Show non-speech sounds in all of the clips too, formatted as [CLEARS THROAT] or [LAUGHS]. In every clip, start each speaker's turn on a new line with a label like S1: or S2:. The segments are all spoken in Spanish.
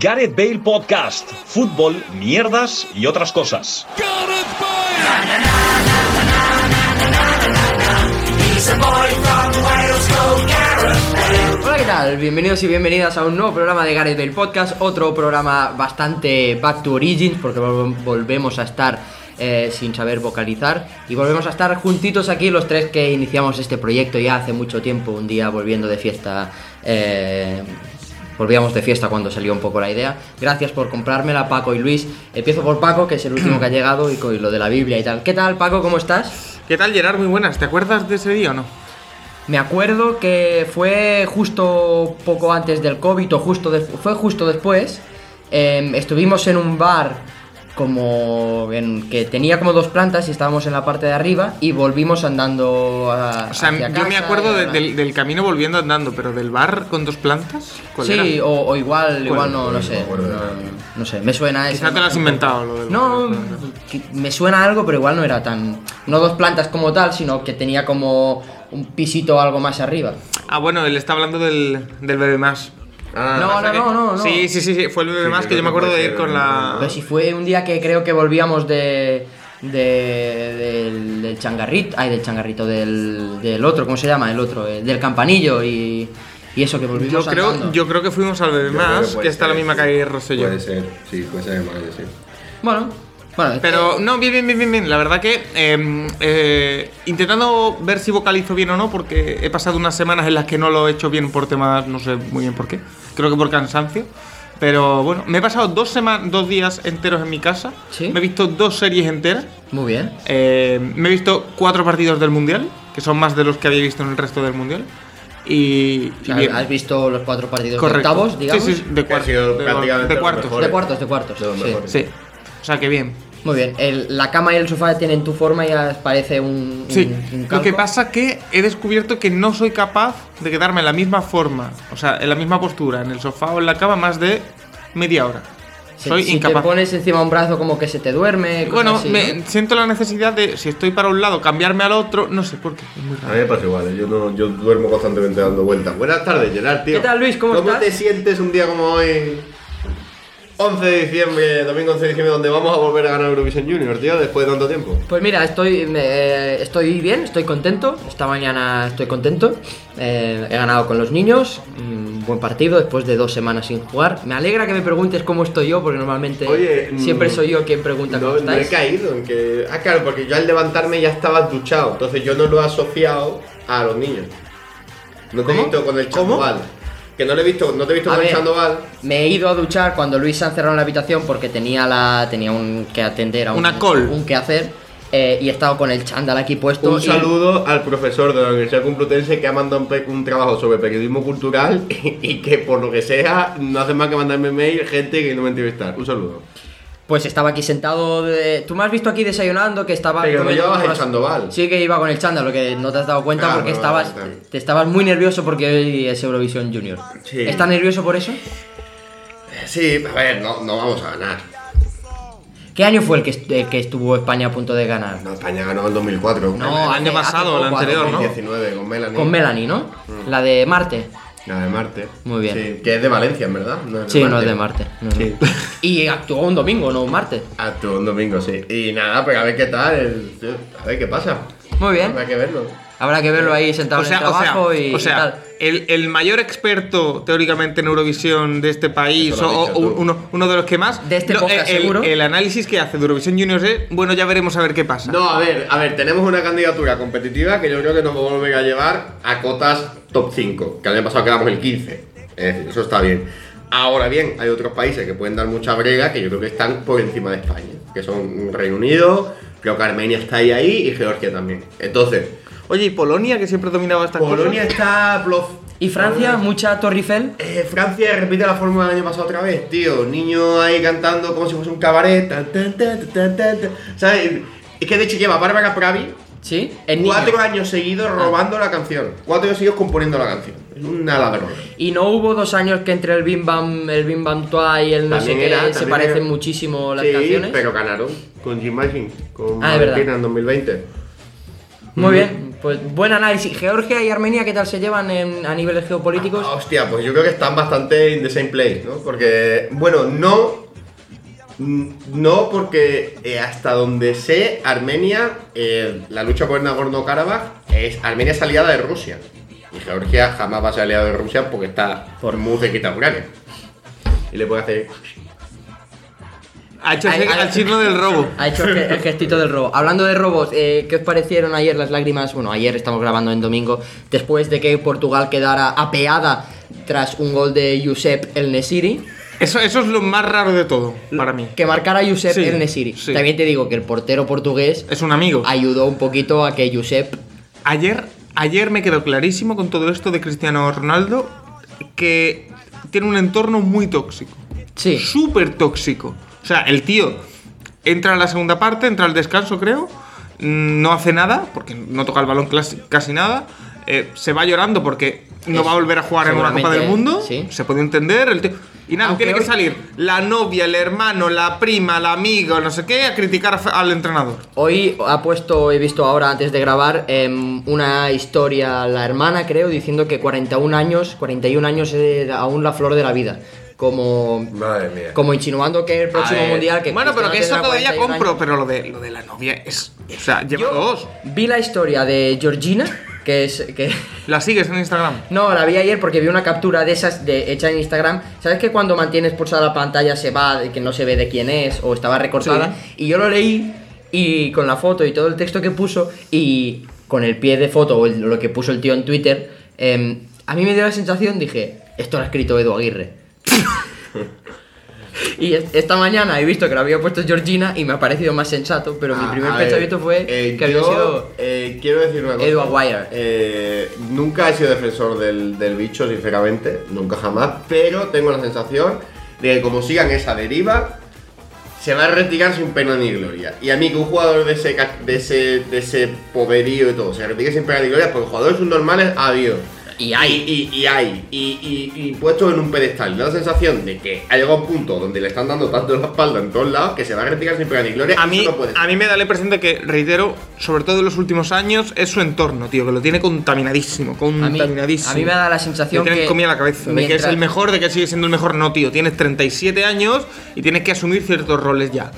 S1: Gareth Bale Podcast, fútbol, mierdas y otras cosas.
S2: Hola, ¿qué tal? Bienvenidos y bienvenidas a un nuevo programa de Gareth Bale Podcast, otro programa bastante back to origins porque vol- volvemos a estar eh, sin saber vocalizar y volvemos a estar juntitos aquí los tres que iniciamos este proyecto ya hace mucho tiempo, un día volviendo de fiesta. eh, Volvíamos de fiesta cuando salió un poco la idea. Gracias por comprármela, Paco y Luis. Empiezo por Paco, que es el último que ha llegado, y con lo de la Biblia y tal. ¿Qué tal, Paco? ¿Cómo estás?
S3: ¿Qué tal, Gerard? Muy buenas. ¿Te acuerdas de ese día o no?
S2: Me acuerdo que fue justo poco antes del COVID o justo des- fue justo después. eh, estuvimos en un bar como en- que tenía como dos plantas y estábamos en la parte de arriba y volvimos andando a,
S3: O sea,
S2: hacia
S3: yo me
S2: casa
S3: acuerdo
S2: y
S3: de-
S2: ahora-
S3: del, del camino volviendo andando, pero del bar con dos plantas. ¿Cuál
S2: Sí,
S3: era?
S2: o, o igual, igual
S3: ¿Cuál?
S2: no, no sé. No, no sé, me suena eso.
S3: Quizá te lo has inventado lo del
S2: No,
S3: bar.
S2: que- me suena algo, pero igual no era tan. No dos plantas como tal, sino que tenía como un pisito o algo más arriba.
S3: Ah, bueno, él está hablando del, del bebé más.
S4: Ah,
S2: no, no, no, no, no.
S3: Sí, sí, sí, sí, fue el bebé
S4: Sí,
S3: más
S4: que
S3: que yo me
S4: creo que
S3: acuerdo
S4: puede
S3: de ir
S4: ser
S3: con
S4: un-
S3: la.
S2: Pero si fue un día que creo que volvíamos de. de- del, del changarrito. Ay, del changarrito, del, del otro, ¿cómo se llama? El otro, eh, del campanillo y, y eso que
S3: Yo
S2: volvimos andando.
S3: creo, yo creo que fuimos al bebé
S4: Yo creo
S3: más,
S4: puede
S3: que está en
S4: ser,
S3: la misma
S4: sí.
S3: calle de Rosselló.
S4: Puede ser, sí, puede ser más, sí.
S2: Bueno, bueno. es
S3: Pero no, bien, bien, bien, bien, bien. La verdad que eh, eh, intentando ver si vocalizo bien o no, porque he pasado unas semanas en las que no lo he hecho bien por temas, no sé muy bien por qué. Creo que por cansancio. Pero bueno, me he pasado dos semanas, dos días enteros en mi casa.
S2: Sí.
S3: Me he visto dos series enteras.
S2: que- Muy bien.
S3: Eh, me he visto cuatro partidos del mundial, que son más de los que había visto en el resto del mundial. Y,
S2: O
S3: y
S2: sea,
S3: bien.
S2: has visto los cuatro partidos de
S3: Correcto.
S2: octavos, digamos.
S3: Sí, sí, de,
S4: Que ha
S3: cuartos,
S4: sido
S3: de-
S4: prácticamente
S3: de
S4: los
S3: cuartos.
S4: mejores.
S2: De cuartos, de cuartos.
S4: De los
S2: sí.
S4: mejores.
S3: Sí. O sea que bien.
S2: Muy bien. El- la cama y el sofá tienen tu forma y ya parece un. un-
S3: Sí,
S2: un
S3: lo que
S2: calco.
S3: pasa que he descubierto que no soy capaz de quedarme en la misma forma, o sea, en la misma postura, en el sofá o en la cama más de media hora.
S2: Si-
S3: soy
S2: si
S3: incapaz.
S2: te pones encima un brazo como que se te duerme. cosas
S3: bueno,
S2: así,
S3: me-
S2: ¿no?
S3: siento la necesidad de, si estoy para un lado, cambiarme al otro, no sé por qué. es muy
S4: A
S3: raro.
S4: mí me pasa igual, ¿eh? yo, no, yo duermo constantemente dando vueltas. Buenas tardes, Gerard, tío.
S2: ¿Qué tal, Luis? ¿Cómo estás?
S4: te sientes un día como hoy? 11 de diciembre, domingo 11 de diciembre, donde vamos a volver a ganar Eurovision Junior, tío, después de tanto tiempo.
S2: Pues mira, estoy, me- eh, estoy bien, estoy contento. Esta mañana estoy contento. Eh, he ganado con los niños. mm, buen partido después de dos semanas sin jugar. Me alegra que me preguntes cómo estoy yo, porque normalmente
S4: Oye, mm,
S2: siempre soy yo quien pregunta
S4: No,
S2: cómo
S4: no he
S2: estáis.
S4: caído en que. Ah, claro, porque yo al levantarme ya estaba duchado, entonces yo no lo he asociado a los niños. No te he
S3: ¿Cómo?
S4: visto con el
S3: ¿Cómo?
S4: chandoval. Que no, le he visto, no te he visto
S2: A
S4: con el
S2: ver.
S4: chandoval.
S2: me he ido a duchar cuando Luis se ha encerrado en la habitación porque tenía la tenía un que atender a un,
S3: Una call.
S2: un que hacer eh, y he estado con el chándal aquí puesto.
S4: Un
S2: y-
S4: saludo al profesor de la Universidad Complutense que ha mandado un, pe- un trabajo sobre periodismo cultural [LAUGHS] y, y que por lo que sea no hace más que mandarme mail gente que no me entrevistar. Un saludo.
S2: Pues estaba aquí sentado de... Tú me has visto aquí desayunando que estaba...
S4: Pero no
S2: comiendo
S4: llevabas
S2: unos-
S4: el chandoval.
S2: Sí que iba con el chándal, lo que no te has dado cuenta
S4: Ah,
S2: porque
S4: vale, vale,
S2: estabas...
S4: vale.
S2: Te estabas muy nervioso porque hoy es Eurovisión Junior.
S4: Sí. Eh,
S2: ¿Estás nervioso por eso?
S4: Sí, a ver, no, no vamos a ganar.
S2: ¿Qué año fue el que, est- el que estuvo España a punto de ganar?
S4: No, España ganó el 2004.
S2: No,
S3: el año
S2: hace- hace
S3: pasado, el
S2: poco, hace
S3: anterior,
S2: poco.
S3: ¿no?
S4: 19 con Melanie.
S2: Con Melanie, ¿no?
S4: Mm.
S2: La de Marte.
S4: La de Marte.
S2: Muy bien.
S4: Sí, que es de Valencia, en verdad. No
S2: Sí, no es de Marte. no, no.
S4: Sí.
S2: Y actuó un domingo, no un martes.
S4: Actuó un domingo, sí. Y nada, pero a ver qué tal. el- A ver qué pasa.
S2: Muy bien.
S4: Habrá que verlo.
S2: Habrá que verlo ahí sentado
S3: O sea,
S2: en el
S3: o sea,
S2: trabajo y,
S3: o sea,
S2: y tal.
S3: el, el mayor experto teóricamente en Eurovisión de este país,
S4: Eso lo
S3: o,
S4: has dicho
S3: o
S4: tú.
S3: uno, uno de los que más.
S2: De este
S3: lo-
S2: podcast,
S3: eh, el,
S2: seguro.
S3: el análisis que hace de Eurovisión Juniors es, bueno, ya veremos a ver qué pasa.
S4: No, a ver, a ver, tenemos una candidatura competitiva que yo creo que nos va a volver a llevar a cotas top 5, que el año pasado quedamos el 15. Es decir, eso está bien. Ahora bien, hay otros países que pueden dar mucha brega que yo creo que están por encima de España, que son Reino Unido, creo que Armenia está ahí, ahí y Georgia también. Entonces,
S3: Oye, ¿y Polonia, que siempre dominaba estas
S4: Polonia está bluff.
S2: ¿Y Francia?
S4: Polonia-
S2: ¿Mucha Torre Eiffel?
S4: Eh, Francia repite la fórmula del año pasado otra vez, tío. Niño ahí cantando como si fuese un cabaret. tan, tan, tan, tan, tan, tan. ¿Sabes? Es que de hecho lleva a Bárbara Pravi
S2: Sí, en niño. Ah.
S4: cuatro años seguidos robando la canción. Cuatro años seguidos componiendo la canción. Es una ladrona.
S2: Y no hubo dos años que entre el Bim Bam, el Bim Bam Twa y el no sé
S4: También
S2: qué
S4: era,
S2: se
S4: también
S2: parecen
S4: era.
S2: muchísimo las
S4: sí,
S2: canciones.
S4: pero ganaron con Jim Imagine, con
S2: Ah, es verdad.
S4: Valentina en 2020. mm.
S2: Muy bien. Pues buen análisis. Georgia y Armenia, ¿qué tal se llevan en- a niveles geopolíticos?
S4: Ah, hostia, pues yo creo que están bastante in the same place, ¿no? Porque, bueno, no. mm, No, porque eh, hasta donde sé, Armenia, eh, la lucha por Nagorno-Karabaj, es, Armenia es aliada de Rusia. Y Georgia jamás va a ser aliada de Rusia porque está por muy cerquita a Ucrania. Y le puede hacer.
S3: Ha hecho
S2: Ay,
S3: ese-
S2: ay.
S3: al signo del robo.
S2: Ha hecho el ge- el gestito del robo. Hablando de robos, eh, ¿qué os parecieron ayer las lágrimas? Bueno, ayer estamos grabando en domingo, después de que Portugal quedara apeada tras un gol de Josep El Nesiri.
S3: Eso, eso es lo más raro de todo para mí.
S2: Que marcara Josep
S3: Sí,
S2: El Nesiri.
S3: sí.
S2: También te digo que el portero portugués
S3: Es un amigo.
S2: ayudó un poquito a que Josep.
S3: Ayer, ayer me quedó clarísimo con todo esto de Cristiano Ronaldo que tiene un entorno muy tóxico.
S2: Sí.
S3: Súper tóxico. O sea, el tío entra a la segunda parte, entra al descanso, creo. mm, No hace nada, porque no toca el balón clas- casi nada. eh, se va llorando porque no
S2: Es-
S3: va a volver a jugar en una Copa
S2: seguramente,
S3: del Mundo.
S2: sí.
S3: Se puede entender. El tío- y nada,
S2: Aunque
S3: tiene que
S2: hoy-
S3: salir la novia, el hermano, la prima, la amiga, no sé qué, a criticar a- al entrenador.
S2: Hoy ha puesto, he visto ahora antes de grabar, em, una historia la hermana, creo, diciendo que 41 años, 41 años es aún la flor de la vida. Como,
S4: Madre mía.
S2: como insinuando que el próximo
S4: ver.
S2: mundial que
S3: bueno, pero que eso
S2: Cristiano tendrá
S3: todavía
S2: 41
S3: compro,
S2: años.
S3: pero lo de, lo de la novia es. O sea, lleva
S2: Yo
S3: dos.
S2: Vi la historia de Georgina, que es que
S3: La sigues en Instagram.
S2: no, la vi ayer porque vi una captura de esas de, hecha en Instagram. ¿Sabes que cuando mantienes pulsada la pantalla se va, de que no se ve de quién es o estaba recortada? Y yo lo leí y con la foto y todo el texto que puso y con el pie de foto o el- lo que puso el tío en Twitter, em, a mí me dio la sensación, dije, esto lo ha escrito Edu Aguirre. [LAUGHS] y es- esta mañana he visto que lo había puesto Georgina y me ha parecido más sensato, pero mi
S4: Ah,
S2: primer
S4: a ver,
S2: pensamiento fue
S4: eh,
S2: que había
S4: yo,
S2: sido...
S4: eh, quiero decir una cosa.
S2: Edu Aguirre.
S4: Eh, nunca he sido defensor del, del bicho, sinceramente. Nunca jamás. Pero tengo la sensación de que como sigan esa deriva, se va a retirar sin pena ni gloria. Y a mí que un jugador de ese, ca- de ese, de ese poderío y todo se retire sin pena ni gloria, porque jugadores subnormales ha habido.
S2: Y hay.
S4: Y, y hay. Y, y, y puesto en un pedestal. Me da la sensación de que ha llegado un punto donde le están dando tanto en la espalda en todos lados que se va a retirar sin pena ni gloria.
S3: A
S4: y
S3: mí,
S4: eso no puede ser.
S3: a mí me da la impresión de que, reitero, sobre todo en los últimos años, es su entorno, tío, que lo tiene contaminadísimo,
S2: A mí,
S3: contaminadísimo.
S2: a mí me da la
S3: Le
S2: sensación
S3: tienen
S2: que
S3: comida a la cabeza, de que es
S2: mientras-
S3: el mejor, de que sigue siendo el mejor. No, tío, tienes 37 años y tienes que asumir ciertos roles ya.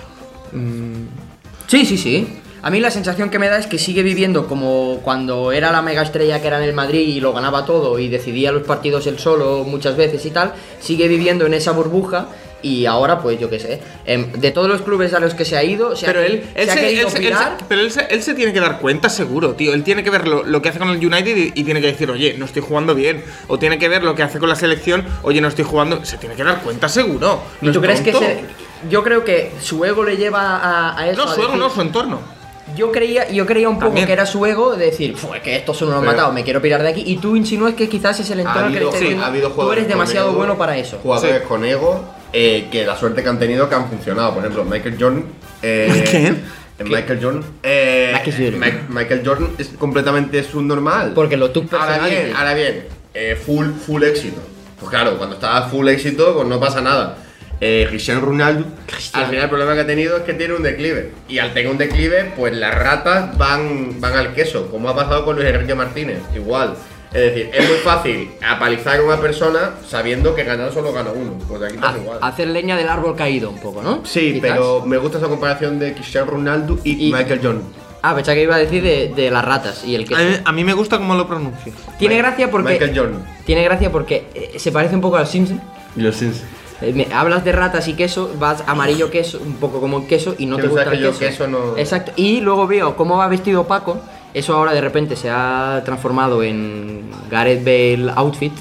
S2: Sí, sí, sí. A mí la sensación que me da es que sigue viviendo como cuando era la mega estrella que era en el Madrid y lo ganaba todo y decidía los partidos él solo muchas veces y tal, sigue viviendo en esa burbuja y ahora pues yo qué sé, em, de todos los clubes a los que se ha ido, se
S3: Pero
S2: ha,
S3: él,
S2: se
S3: él
S2: ha
S3: se-
S2: querido
S3: él se- él se-
S2: pirar.
S3: pero él se- él se tiene que dar cuenta, seguro, tío. Él tiene que ver lo, lo que hace con el United y, y tiene que decir, oye, no estoy jugando bien. O tiene que ver lo que hace con la selección, oye, no estoy jugando. Se tiene que dar cuenta, seguro.
S2: ¿Y
S3: No
S2: tú
S3: es
S2: crees que
S3: tonto.
S2: se- Yo creo que su ego le lleva a, a eso.
S3: No,
S2: a
S3: su ego,
S2: decir-
S3: no, su entorno.
S2: Yo creía, yo creía un poco
S3: También.
S2: que era su ego de decir, fue que estos son unos
S4: Pero-
S2: matados, me quiero pirar de aquí. Y tú insinúas que quizás es el entorno que le está diciendo, tú eres
S4: con
S2: demasiado
S4: ego,
S2: bueno para eso.
S4: Jugadores
S3: Sí.
S4: con ego eh, que la suerte que han tenido que han funcionado. Por ejemplo, Michael Jordan. Eh,
S3: ¿Quién?
S4: eh, Michael Jordan. eh,
S2: Michael Jordan.
S4: Mi- Michael Jordan es completamente subnormal.
S2: Porque lo tú
S4: Ahora bien, ahora bien, eh, full, full éxito. Pues claro, cuando está full éxito, pues no pasa nada. Eh, Cristiano Ronaldo,
S2: Cristiano.
S4: al final el problema que ha tenido es que tiene un declive. Y al tener un declive, pues las ratas van, van al queso, como ha pasado con Luis Enrique Martínez, igual. Es decir, es muy fácil apalizar a una persona sabiendo que ganar solo gana uno. Pues aquí pasa
S2: Haz-
S4: igual.
S2: hacer leña del árbol caído un poco, ¿no?
S4: Sí,
S2: Ah, Quizás.
S4: pero me gusta esa comparación de Cristiano Ronaldo y,
S2: Y-
S4: Michael Jordan.
S2: Ah, pensaba que iba a decir de, de las ratas y el que...
S3: A mí, a mí me gusta cómo lo pronuncias.
S2: Tiene
S4: Mi-
S2: gracia porque...
S4: Michael Jordan.
S2: Tiene gracia porque eh, se parece un poco al Simpson.
S4: Y los Sims.
S2: Eh, me- hablas de ratas y queso, vas amarillo queso, un poco como el queso y no
S4: Que
S2: te
S4: no
S2: gusta el
S4: sabes que yo
S2: queso.
S4: queso no-
S2: Exacto. Y luego veo cómo va vestido Paco. Eso ahora de repente se ha transformado en Gareth Bale outfit.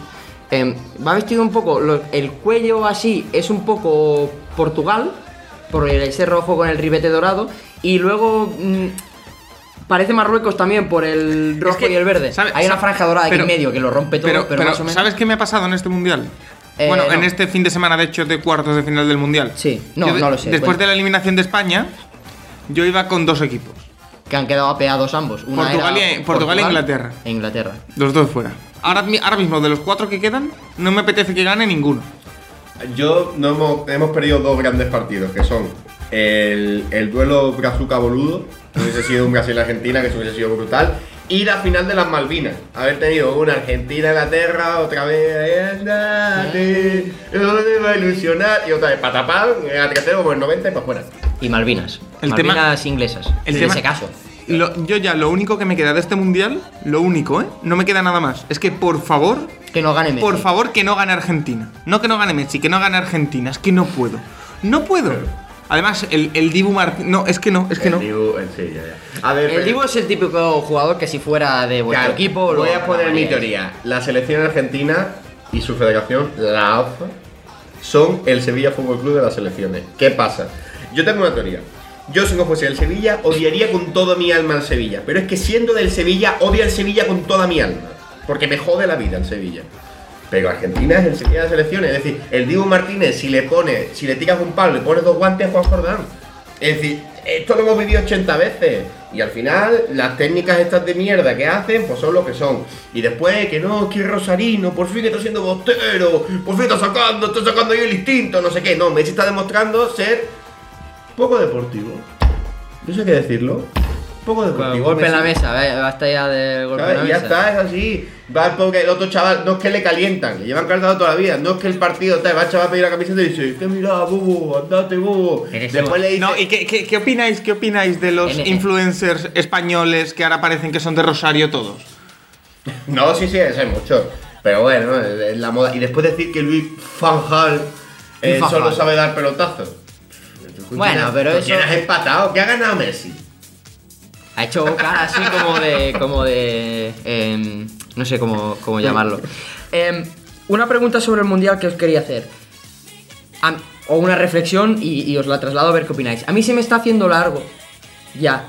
S2: Em, va vestido un poco, lo- el cuello así es un poco Portugal, por el- ese rojo con el ribete dorado. Y luego mm, parece Marruecos también por el rojo
S3: que,
S2: y el verde.
S3: ¿sabe-
S2: Hay una
S3: sabe-
S2: franja dorada
S3: pero-
S2: aquí en medio que lo rompe todo, pero,
S3: Pero, pero,
S2: más o menos.
S3: ¿sabes qué me ha pasado en este mundial?
S2: Eh,
S3: bueno, en
S2: no.
S3: este fin de semana, de hecho, de cuartos de final del mundial.
S2: Sí, no,
S3: Yo de-
S2: no lo sé,
S3: Después
S2: cuenta.
S3: de la eliminación de España, yo iba con dos equipos.
S2: que han quedado apeados ambos. Una
S3: Portugal y-
S2: era
S3: Portugal e Inglaterra.
S2: e Inglaterra.
S3: Los dos fuera. Ahora, mi- ahora mismo, de los cuatro que quedan, no me apetece que gane ninguno.
S4: Yo no hemos, hemos perdido dos grandes partidos, que son el, el duelo Brazuca Boludo, que hubiese sido un Brasil-Argentina, que eso hubiese sido brutal, y la final de las Malvinas. Haber tenido una Argentina-Inglaterra, otra vez. Andate, no te va a ilusionar. Y otra vez, patapam, a tercero por el 90 y pues para afuera.
S2: Y Malvinas.
S3: El tema-
S2: Malvinas inglesas.
S3: el
S2: en
S3: tema-
S2: ese caso.
S3: Lo- yo ya, lo único que me queda de este mundial, lo único, ¿eh? No me queda nada más. Es que por favor,
S2: Que no gane Messi.
S3: por favor que no gane Argentina. No que no gane Messi, que no gane Argentina. Es que no puedo. No puedo. Además, el, el Dibu Martí- No, es que no, es que no.
S4: El Dibu, eh, sí, ya, ya. A ver,
S2: El
S4: pero-
S2: Dibu es el típico jugador que si fuera de vuestro
S4: Claro,
S2: equipo. lo
S4: voy a poner mi
S2: ganaríais.
S4: teoría. La selección argentina y su federación, la AFA, son el Sevilla Fútbol Club de las selecciones. ¿Qué pasa? Yo tengo una teoría. Yo si no fuese del Sevilla, odiaría con toda mi alma al Sevilla. Pero es que siendo del Sevilla, odio al Sevilla con toda mi alma. Porque me jode la vida el Sevilla. Pero Argentina es el Sevilla de las selecciones. Es decir, el Dibu Martínez, si le pone, si le tiras un palo y pones dos guantes, Juan Jordán. Es decir, esto lo hemos vivido 80 veces. Y al final, las técnicas estas de mierda que hacen, pues son lo que son. Y después, que no, que Rosarino, por fin está siendo bostero, por fin está sacando, está sacando yo el instinto, no sé qué. No, Messi está demostrando ser poco deportivo. Eso hay que decirlo. Poco deportivo.
S2: Golpe en la
S4: Messi.
S2: mesa, ve- basta ya de golpe en
S4: ¿Sabes?
S2: la
S4: Y ya
S2: mesa.
S4: está, es así. Va porque el otro chaval, no es que le calientan, le llevan cargado toda la vida, no es que el partido tal, va el chaval a pedir la camiseta y dice, que mira, bubu, andate, bubu.
S2: Eres
S4: Después
S2: un-
S4: le dice,
S3: No, ¿y qué, qué- qué opináis, qué opináis de los
S2: En-
S3: influencers españoles que ahora parecen que son de Rosario todos?
S4: no, sí, sí, eso hay mucho. Pero bueno, es es la moda. Y después decir que Luis Fanjal eh,
S2: Luis Van
S4: solo
S2: Gaal.
S4: sabe dar pelotazos.
S2: Bueno, pero
S4: ¿Con quién
S2: eso-
S4: has empatado? ¿Qué ha ganado Messi?
S2: Ha hecho cara así como de. como de. em, no sé cómo, cómo llamarlo. Em, una pregunta sobre el mundial que os quería hacer. Am- o una reflexión y, y os la traslado a ver qué opináis. A mí se me está haciendo largo. Ya.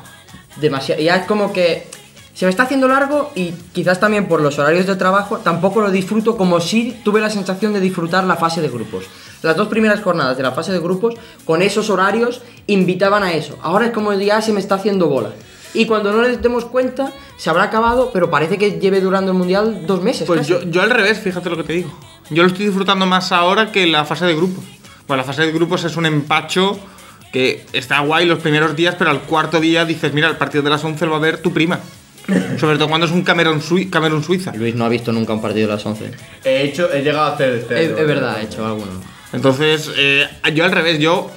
S2: Demasiado. Ya es como que. Se me está haciendo largo y quizás también por los horarios de trabajo tampoco lo disfruto como si tuve la sensación de disfrutar la fase de grupos. Las dos primeras jornadas de la fase de grupos con esos horarios invitaban a eso. Ahora es como ya se me está haciendo bola. Y cuando no les demos cuenta se habrá acabado, pero parece que lleve durando el mundial dos meses.
S3: Pues
S2: casi.
S3: yo, yo al revés, fíjate lo que te digo. Yo lo estoy disfrutando más ahora que la fase de grupos. Bueno, la fase de grupos es un empacho que está guay los primeros días, pero al cuarto día dices, mira, el partido de las 11 lo va a ver tu
S4: [LAUGHS]
S3: prima. Sobre todo cuando es un Camerún, Sui- Camerún Suiza.
S2: Luis no ha visto nunca un partido de las 11.
S4: He hecho, he llegado a hacer este.
S2: Es, es verdad, ha hecho alguno.
S3: Entonces, eh, yo al revés, yo,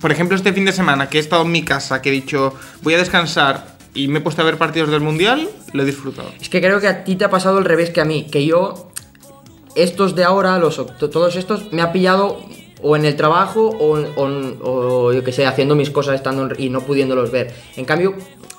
S3: por ejemplo, este fin de semana que he estado en mi casa, que he dicho, voy a descansar y me he puesto a ver partidos del Mundial, lo he disfrutado.
S2: Es que creo que a ti te ha pasado al revés que a mí, que yo, estos de ahora, los, oct- todos estos, me ha pillado o en el trabajo o, o- o, yo que sé, haciendo mis cosas estando en- y no pudiéndolos ver. En cambio,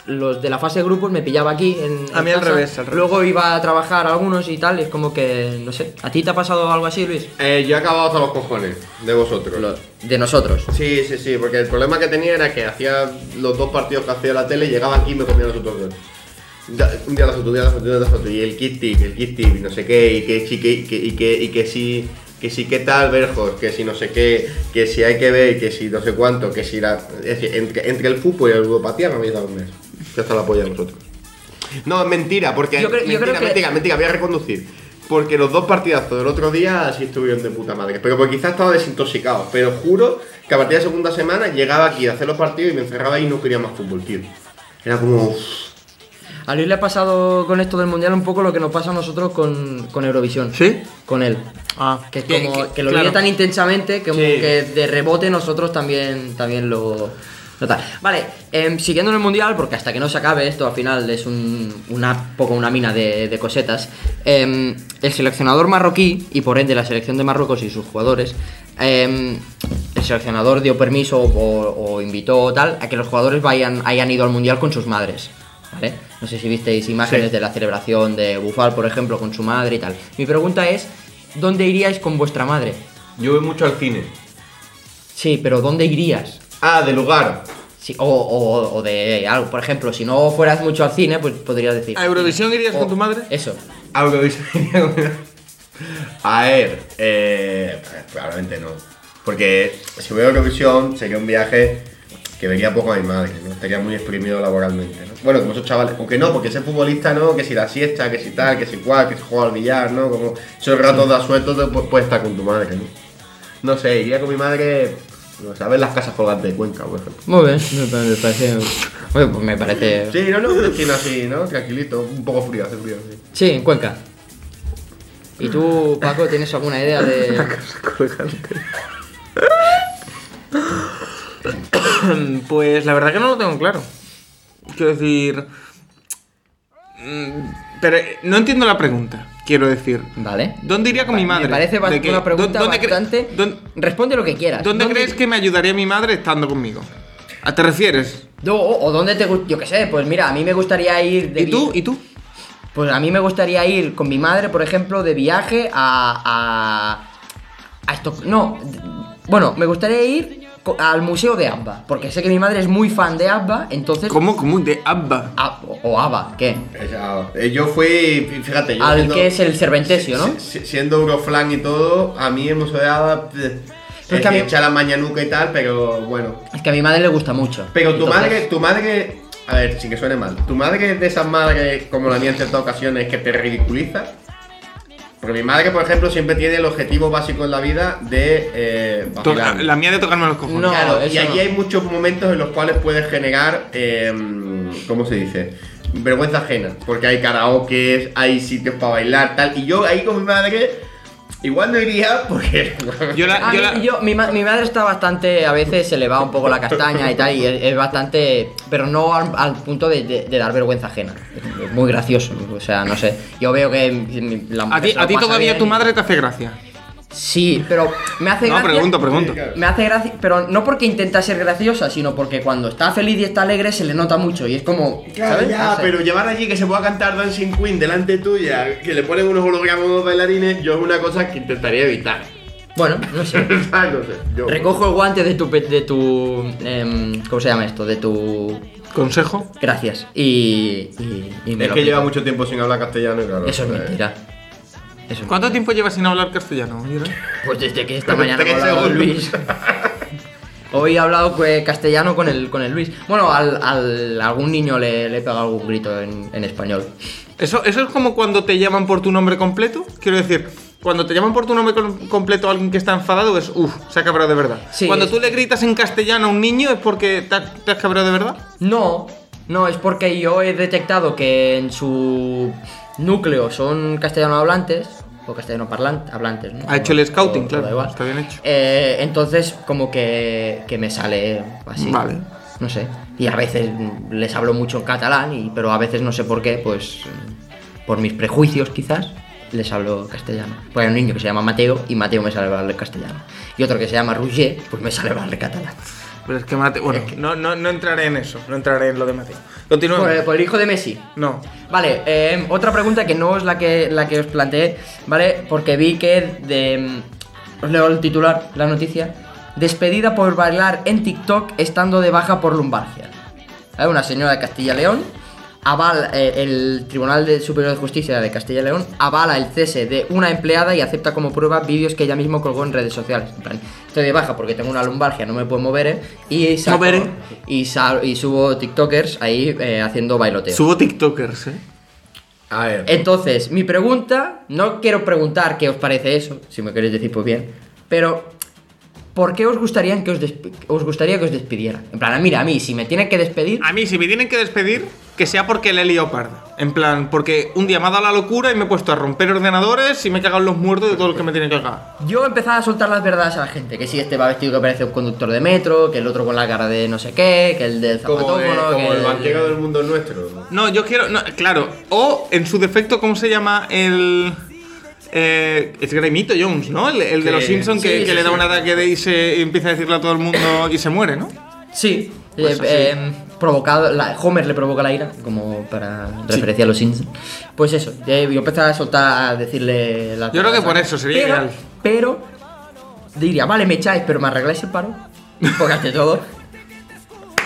S2: los de la fase de grupos me pillaba aquí. En,
S3: A
S2: en
S3: mí al
S2: casa,
S3: revés, al revés.
S2: Luego iba a trabajar algunos y tal, y es como que, no sé, ¿a ti te ha pasado algo así, Luis?
S4: Eh, yo he acabado hasta los cojones de vosotros.
S2: De nosotros.
S4: Sí, sí, sí, porque el problema que tenía era que hacía los dos partidos que hacía la tele, llegaba aquí y me comía los otros dos. Da- Un día los otros, un día los otros, un día los otros, y el kit tip, el kit tip, y no sé qué, y que sí, que, y que, y que, y que sí, que sí, que tal, Berjos, que si no sé qué, que si hay que ver, que si no sé cuánto, que si la. Es decir, entre, entre el fútbol y la ludopatía me habéis dado un mes. Ya está la polla de vosotros. No, es mentira, porque.
S2: Yo creo- yo
S4: mentira,
S2: creo que-
S4: mentira, mentira, voy a reconducir. Porque los dos partidazos del otro día sí estuvieron de puta madre. Pero porque quizás estaba desintoxicado. Pero juro que a partir de la segunda semana llegaba aquí a hacer los partidos y me encerraba y no quería más fútbol, tío. Era como. uff,
S2: A Luis le ha pasado con esto del mundial un poco lo que nos pasa a nosotros con, con Eurovisión.
S3: ¿Sí?
S2: Con él.
S3: Ah,
S2: Que, es
S3: que-
S2: como,
S3: que-
S2: que lo
S3: claro.
S2: vive tan intensamente que, como
S4: Sí.
S2: que de rebote nosotros también, también lo. lo tal. Vale, em, siguiendo en el mundial, porque hasta que no se acabe esto al final es un, una, poco una mina de, de cosetas. em, el seleccionador marroquí y por ende la selección de Marruecos y sus jugadores. em, el seleccionador dio permiso o, o invitó o tal a que los jugadores vayan, hayan ido al mundial con sus madres. ¿Vale? No sé si visteis imágenes
S4: Sí.
S2: de la celebración de Bufal, por ejemplo, con su madre y tal. Mi pregunta es, ¿dónde iríais con vuestra madre?
S4: Yo voy mucho al cine.
S2: Sí, pero ¿dónde irías?
S4: Ah, de lugar.
S2: Sí, o, o- o de algo, por ejemplo, si no fueras mucho al cine, pues podrías decir...
S3: ¿A Eurovisión irías
S2: o-
S3: con tu madre?
S2: Eso.
S4: Ah, porque hoy se venía con- A ver, eh, probablemente no. Porque si voy a Eurovisión sería un viaje que venía poco a mi madre, ¿no? Estaría muy exprimido laboralmente, ¿no? Bueno, como esos chavales, aunque no, porque ese futbolista no, que si la siesta, que si tal, que si cual, que si juega al billar, ¿no? Como esos ratos de asueto pues puedes estar con tu madre, ¿no? No sé, iría con mi madre Lo saben las casas colgantes de Cuenca, por ejemplo.
S2: Muy bien, me pa- me parece. Oye, pues me parece.
S4: Sí, no, no, un destino así, ¿no? Tranquilito, un poco frío, hace frío, sí.
S2: Sí, en Cuenca. ¿Y tú, Paco, tienes alguna idea de.?
S3: Pues la verdad que no lo tengo claro. Quiero decir. mm, Pero eh, no entiendo la pregunta, quiero decir.
S2: Vale.
S3: ¿Dónde iría con mi madre?
S2: Me parece
S3: ¿De
S2: bast-
S3: qué?
S2: una pregunta
S3: ¿Dó- dónde cre-
S2: bastante.
S3: dón-
S2: Responde lo que quieras.
S3: ¿Dónde crees que me ayudaría mi madre estando conmigo? ¿A te refieres?
S2: No, o, o dónde te gust- Yo qué sé, pues mira, a mí me gustaría ir. De
S3: ¿Y tú?
S2: vi-
S3: ¿Y tú?
S2: Pues a mí me gustaría ir con mi madre, por ejemplo, de viaje a. a. a Estoc- No. d- Bueno, me gustaría ir co- al museo de ABBA. Porque sé que mi madre es muy fan de ABBA, entonces.
S3: ¿Cómo? ¿Cómo? ¿De Abba?
S2: Ah, o- o ABBA, ¿qué?
S4: Esa- eh, Yo fui, fíjate, yo
S2: Al
S4: siendo-
S2: que es el Cervantesio, ¿no?
S4: si- si- Siendo Euroflan y todo, a mí hemos dado
S2: es que a mí-
S4: echa la mañanuca y tal, pero bueno.
S2: Es que a mi madre le gusta mucho.
S4: Pero tu
S2: Entonces-
S4: madre, tu madre, a ver, sin que suene mal, tu madre es de esas madres como la mía en ciertas ocasiones que te ridiculiza. Porque mi madre, por ejemplo, siempre tiene el objetivo básico en la vida de eh,
S3: Toca-
S4: vacilar.
S3: la mía de tocarme los cojones.
S2: No.
S4: Claro, y
S2: eso
S4: allí
S2: no.
S4: hay muchos momentos en los cuales puedes generar, eh, ¿cómo se dice? Vergüenza ajena, porque hay karaokes, hay sitios para bailar, tal. Y yo ahí con mi madre, igual no iría porque...
S3: Yo la-
S2: A
S3: Ah, yo
S2: mí-
S3: la-
S2: yo- mi, ma- mi madre está bastante, a veces se le va un poco la castaña y tal, y es, es bastante, pero no al, al punto de, de- de dar vergüenza ajena. Es muy gracioso, o sea, no sé. Yo veo que mi- la
S3: A
S2: mujer
S3: ti,
S2: se lo
S3: a ti
S2: pasa
S3: todavía
S2: bien
S3: tu
S2: y-
S3: madre te hace gracia.
S2: Sí, pero me hace
S3: No,
S2: gracia.
S3: pregunto, pregunto.
S4: Sí, claro.
S2: Me hace gracia, pero no porque intenta ser graciosa, sino porque cuando está feliz y está alegre se le nota mucho y es como. ¿sabes? No
S4: Ya,
S2: sé.
S4: Ah, pero llevar allí que se pueda cantar Dancing Queen delante tuya, que le ponen unos hologramas a unos bailarines, yo es una cosa que intentaría evitar. [LAUGHS]
S2: Bueno, no sé.
S4: Ah, no sé, yo-
S2: Recojo el guante de tu. pe- De tu em, ¿Cómo se llama esto? De tu
S3: ¿Consejo?
S2: Gracias. Y, y, y me
S4: Es
S2: lo
S4: que
S2: quito.
S4: lleva mucho tiempo sin hablar castellano, y claro.
S2: Eso es
S4: eh,
S2: mentira. Eso es
S3: ¿Cuánto
S2: mentira.
S3: tiempo llevas sin hablar castellano? Ira?
S2: Pues desde que esta mañana he
S4: Tres
S2: hablado con Luis. [LAUGHS]
S4: segundos.
S2: Hoy he hablado pues, castellano con el, con el Luis. Bueno, al, al- algún niño le, le he pegado algún grito en, en español.
S3: ¿Eso, ¿Eso es como cuando te llaman por tu nombre completo? Quiero decir, cuando te llaman por tu nombre com- completo a alguien que está enfadado es, uff, se ha cabreado de verdad.
S2: Sí,
S3: cuando
S2: es-
S3: tú le gritas en castellano a un niño es porque te, ha- te has cabreado de verdad.
S2: No, no, es porque yo he detectado que en su núcleo son castellano hablantes. O castellano parlan- hablantes, ¿no?
S3: Ha hecho el scouting, claro,
S2: da igual.
S3: está bien hecho.
S2: Eh, entonces, como que, que me sale así.
S3: Vale.
S2: No sé. Y a veces mm, les hablo mucho en catalán, y, pero a veces no sé por qué, pues mm, por mis prejuicios quizás, les hablo castellano. Pues hay un niño que se llama Mateo y Mateo me sale hablarle castellano. Y otro que se llama Roger, pues me sale hablarle catalán.
S3: Pero es que Mateo, bueno, no, no, no entraré en eso, no entraré en lo de Mateo. Continúa.
S2: Por, el- por el hijo de Messi.
S3: No.
S2: Vale, eh, otra pregunta que no es la que, la que os planteé, ¿vale? Porque vi que de... mm, Os leo el titular, la noticia. Despedida por bailar en TikTok estando de baja por lumbargia. ¿Vale? Una señora de Castilla y León. Avala, eh, el Tribunal de Superior de Justicia de Castilla y León avala el cese de una empleada y acepta como prueba vídeos que ella misma colgó en redes sociales. En plan, estoy de baja porque tengo una lumbargia, no me puedo mover, ¿eh? Y, saco-
S3: Mover, ¿eh?
S2: y, sal- y subo TikTokers ahí eh, haciendo bailoteo.
S3: Subo TikTokers, ¿eh?
S4: A ver.
S2: Entonces, mi pregunta, no quiero preguntar qué os parece eso, si me queréis decir pues bien, pero ¿por qué os gustaría que os, desp- os gustaría que os despidiera? En plan, mira, a mí si me tienen que despedir,
S3: A mí, si me tienen que despedir, que sea porque le he liado parda. En plan, porque un día me ha dado la locura y me he puesto a romper ordenadores y me he cagado en los muertos de todo lo que me tienen que cagar.
S2: yo empezaba a soltar las verdades a la gente, que si este va vestido que parece un conductor de metro, que el otro con la cara de no sé qué, que el del
S4: como, eh,
S2: zapatófono,
S4: como
S2: que
S4: el banquero del mundo nuestro.
S3: No, yo quiero. no, claro. O en su defecto, ¿cómo se llama el. eh, es Gremito Jones, ¿no? El, el de
S4: Sí.
S3: los Simpsons que,
S2: Sí,
S3: que
S2: sí,
S3: le da
S2: sí.
S3: un ataque de y, se, y empieza a decirle a todo el mundo y se muere, ¿no?
S2: Sí,
S3: Pues
S2: eh,
S3: así.
S2: eh, provocado, la- Homer le provoca la ira, como para referencia a los Simpsons. Pues eso, eh, yo empezaba a soltar, a decirle la
S3: Yo creo que por eso sería
S2: pero,
S3: ideal.
S2: Pero, diría, vale, me echáis, pero me arregláis el paro. Porque ante todo,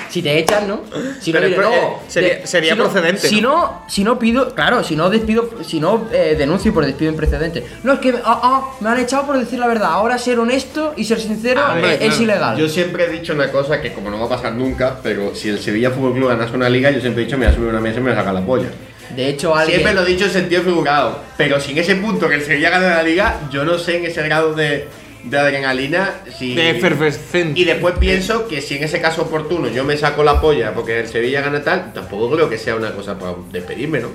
S2: si te echan, ¿no? Si
S3: Pero,
S2: diré,
S3: pero,
S2: no,
S3: eh, sería- sería
S2: si no-
S3: procedente,
S2: si no, si no pido, claro, si no despido, si no eh, denuncio por despido imprecedente. No, es que ah, ah, me han echado por decir la verdad. Ahora ser honesto y ser sincero
S3: A ver,
S2: eh, es
S3: Ah, claro.
S2: ilegal.
S4: Yo siempre he dicho una cosa que como no va a pasar nunca, pero si el Sevilla Fútbol Club ganase una liga, yo siempre he dicho me voy a subir a una mesa y me voy a sacar la polla.
S2: De hecho, alguien.
S4: Siempre lo he dicho en sentido figurado, pero sin ese punto que el Sevilla gana la liga, yo no sé en ese grado de de adrenalina. Si,
S3: De efervescente.
S4: Y después pienso que si en ese caso oportuno yo me saco la polla porque el Sevilla gana tal, tampoco creo que sea una cosa para despedirme, ¿no?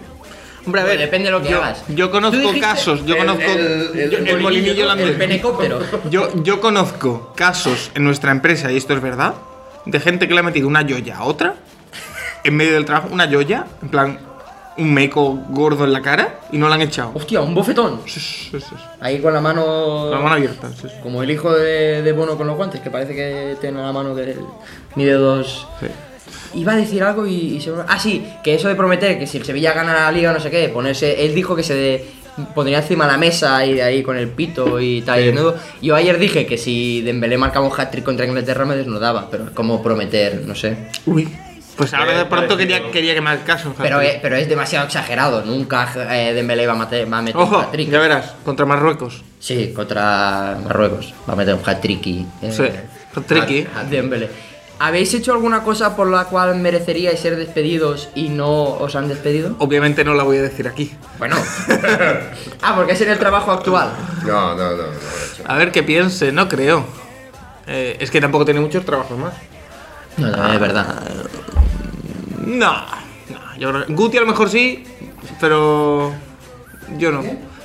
S2: Hombre, a ver, Pues depende de lo que hagas.
S3: Yo conozco
S2: Tú dijiste-
S3: casos, yo
S4: el-
S3: conozco
S4: el- el
S3: yo- el,
S4: molinillo,
S3: molinillo holandés. [LAUGHS]
S2: El penecóptero.
S3: Yo, yo conozco casos en nuestra empresa, y esto es verdad, de gente que le ha metido una yoya a otra, en medio del trabajo, una yoya, en plan, un meco gordo en la cara, y no la han echado.
S2: Hostia, un bofetón.
S3: Sí, sí, sí, sí.
S2: Ahí con la mano.
S3: La mano abierta. sí, sí.
S2: Como el hijo de, de Bono con los guantes, que parece que tiene la mano que mide dos.
S3: Sí.
S2: Iba a decir algo y, y se... Ah, sí, que eso de prometer que si el Sevilla gana la liga o no sé qué, ponerse... Él dijo que se de- pondría encima de la mesa y de ahí con el pito y tal. y desnudo. Yo ayer dije que si Dembélé marcaba un hat-trick contra Inglaterra me desnudaba, pero es como prometer, no sé.
S3: Uy. Pues ahora de pronto quería, quería que me caso.
S2: Pero eh, es, pero es demasiado exagerado, nunca eh, Dembélé va a, mate- va a meter un
S3: Ojo,
S2: hat-trick.
S3: ya verás, contra Marruecos.
S2: Sí, contra Marruecos, va a meter un hat-trick y... eh,
S3: Sí, hat-trick y-
S2: hat- Dembélé. ¿Habéis hecho alguna cosa por la cual mereceríais ser despedidos y no os han despedido?
S3: Obviamente no la voy a decir aquí. [LAUGHS]
S2: Bueno. ah, porque es en el trabajo actual.
S4: No, no, no. no, no.
S3: A ver qué piense, no creo. Eh, es que tampoco tiene muchos trabajos más.
S2: No, no, es verdad.
S3: No, no, yo creo- Guti a lo mejor sí, pero yo no.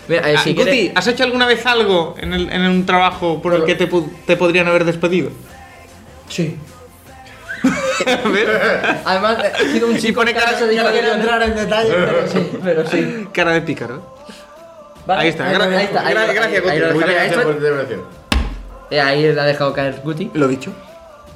S2: Mira, eh,
S3: Ah,
S2: si
S3: Guti,
S2: quieres-
S3: ¿has hecho alguna vez algo en, el- en un trabajo por el que te, pu- te podrían haber despedido?
S2: Sí.
S3: [LAUGHS] A ver,
S2: Además, eh, ha sido un
S3: ah. [LAUGHS] Y
S2: chico
S3: pone
S2: que
S3: cara-
S2: no se dijo
S3: cara de
S2: que no
S3: león.
S2: entrar en
S3: [LAUGHS]
S2: detalle, pero sí, pero sí.
S3: cara de pícaro.
S2: Vale,
S3: Ahí está,
S2: ahí,
S3: gra-
S2: está, ahí,
S3: gra-
S2: ahí,
S3: gracias,
S2: ahí,
S3: Guti.
S2: lo
S4: Muchas
S2: dejamos.
S4: gracias por
S2: Esto-
S4: tu intervención.
S2: eh, ahí la ha dejado caer Guti.
S3: Lo dicho.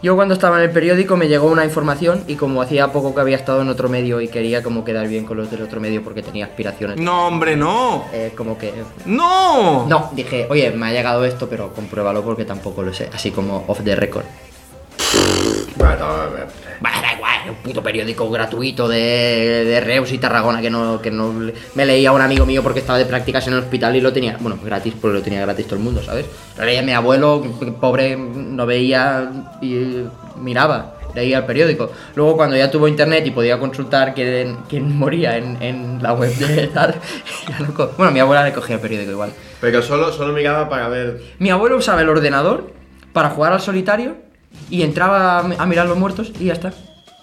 S2: Yo cuando estaba en el periódico me llegó una información y como hacía poco que había estado en otro medio y quería como quedar bien con los del otro medio porque tenía aspiraciones.
S3: No, hombre, no.
S2: eh, como que...
S3: No.
S2: No, dije, oye, me ha llegado esto, pero compruébalo porque tampoco lo sé. Así como off the record.
S4: Bueno, a ver.
S2: Bah, da igual, un puto periódico gratuito de, de Reus y Tarragona que no, que no le- me leía un amigo mío porque estaba de prácticas en el hospital y lo tenía, bueno, pues gratis, porque lo tenía gratis todo el mundo, ¿sabes? Lo leía mi abuelo, que pobre, no veía y miraba, leía el periódico. Luego cuando ya tuvo internet y podía consultar quién, quién moría en, en la web de tal, [LAUGHS] ya no co- bueno, mi abuela le cogía el periódico igual.
S4: Pero solo, solo miraba para ver.
S2: Mi abuelo usaba el ordenador para jugar al solitario y entraba a a mirar los muertos y ya está.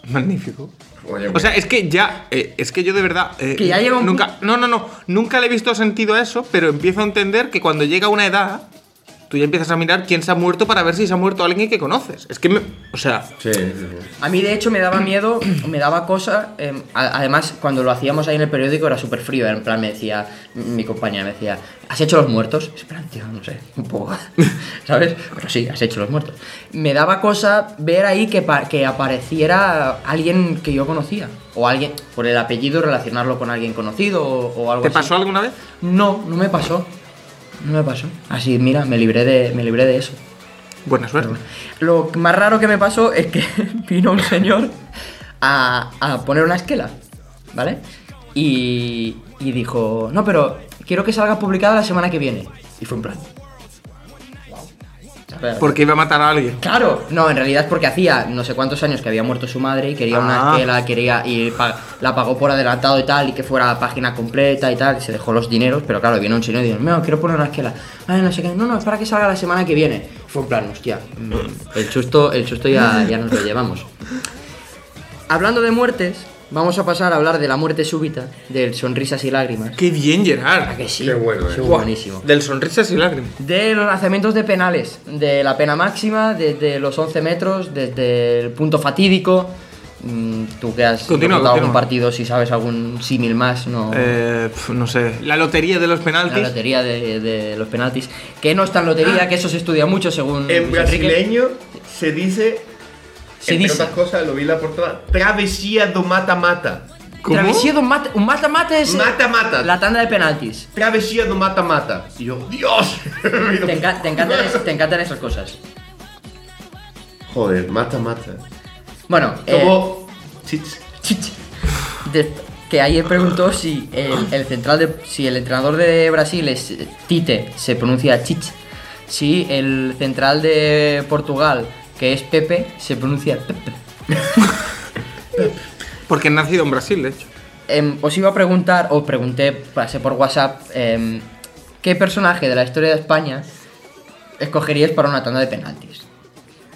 S3: Magnífico.
S4: Oye,
S3: O sea, es que ya, eh, es que yo de verdad, eh,
S2: Que ya lleva un
S3: nunca, no, no, no, nunca le he visto sentido a eso, pero empiezo a entender que cuando llega una edad, tú ya empiezas a mirar quién se ha muerto para ver si se ha muerto alguien que conoces. Es que, me- o sea,
S4: sí, sí, sí.
S2: A mí, de hecho, me daba miedo, me daba cosa. eh, a- además, cuando lo hacíamos ahí en el periódico era súper frío. En plan, me decía, mi compañera me decía, ¿has hecho los muertos? Es en plan, tío, no sé, un poco. [LAUGHS] ¿Sabes? Pero sí, has hecho los muertos. Me daba cosa ver ahí que, pa- que apareciera alguien que yo conocía. O alguien, por el apellido, relacionarlo con alguien conocido o, o algo
S3: ¿te
S2: así.
S3: pasó alguna vez?
S2: No, no me pasó. No me pasó. Así, mira, me libré de, me libré de eso.
S3: Buena suerte.
S2: Lo más raro que me pasó es que [LAUGHS] vino un señor a, a poner una esquela, ¿vale? Y, y dijo, no, pero quiero que salga publicada la semana que viene. Y fue un plan. Wow.
S3: Porque iba a matar a alguien.
S2: Claro, no, en realidad es porque hacía no sé cuántos años que había muerto su madre y quería
S3: Ah.
S2: una esquela, quería y pa- la pagó por adelantado y tal, y que fuera la página completa y tal, y se dejó los dineros, pero claro, vino un señor y dijo, no, quiero poner una esquela. Ay, no sé qué, no, no, es para que salga la semana que viene. Fue en plan, hostia, mm, el susto, el susto ya, ya nos lo llevamos. Hablando de muertes, vamos a pasar a hablar de la muerte súbita, del sonrisas y lágrimas.
S3: Qué bien,
S2: ¿A
S3: Gerard.
S2: que sí?
S4: Qué bueno,
S2: Sí,
S4: eh.
S2: buenísimo.
S3: Del sonrisas y lágrimas.
S2: De los lanzamientos de penales, de la pena máxima, desde los 11 metros, desde el punto fatídico. Mm, Tú que has
S3: Continúa,
S2: comentado algún
S3: continúa.
S2: partido, si sabes algún símil más, no.
S3: Eh, pf, no sé. La lotería de los
S2: La
S3: penaltis.
S2: lotería de, de los penaltis. Que no está en lotería, que eso se estudia mucho según.
S4: En
S2: Luis Enrique.
S4: brasileño se dice.
S2: Se
S4: entre
S2: dice.
S4: otras cosas, lo vi en la portada. Travesía do mata-mata.
S3: ¿Cómo?
S2: Travesía de un mata- un mata-mata es.
S4: Mata-mata.
S2: La tanda de penaltis.
S4: Travesía do mata-mata. Y yo, ¡Dios! [LAUGHS]
S2: Te, enca- te encantan, es- te encantan esas cosas.
S4: Joder, mata-mata.
S2: Bueno, eh,
S4: Como. Chich.
S2: Chich. De- que ayer preguntó si el, el central de, si el entrenador de Brasil es eh, Tite, se pronuncia Chich. Si el central de Portugal, que es Pepe, se pronuncia Pepe.
S3: Porque he nacido en Brasil, de hecho.
S2: Em, os iba a preguntar, os pregunté, pasé por WhatsApp, em, ¿qué personaje de la historia de España escogerías para una tanda de penaltis?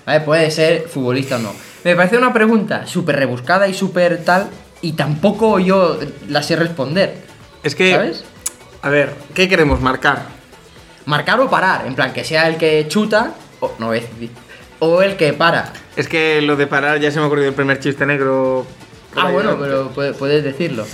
S2: ¿Vale? Puede ser futbolista o no. Me parece una pregunta súper rebuscada y súper tal, y tampoco yo la sé responder.
S3: Es que.
S2: ¿Sabes?
S3: A ver, ¿qué queremos marcar?
S2: Marcar o parar, en plan, que sea el que chuta, o, no, es, o el que para.
S3: Es que lo de parar ya se me ha ocurrido el primer chiste negro. por
S2: Ah,
S3: ahí
S2: bueno,
S3: delante.
S2: pero puede- puedes decirlo.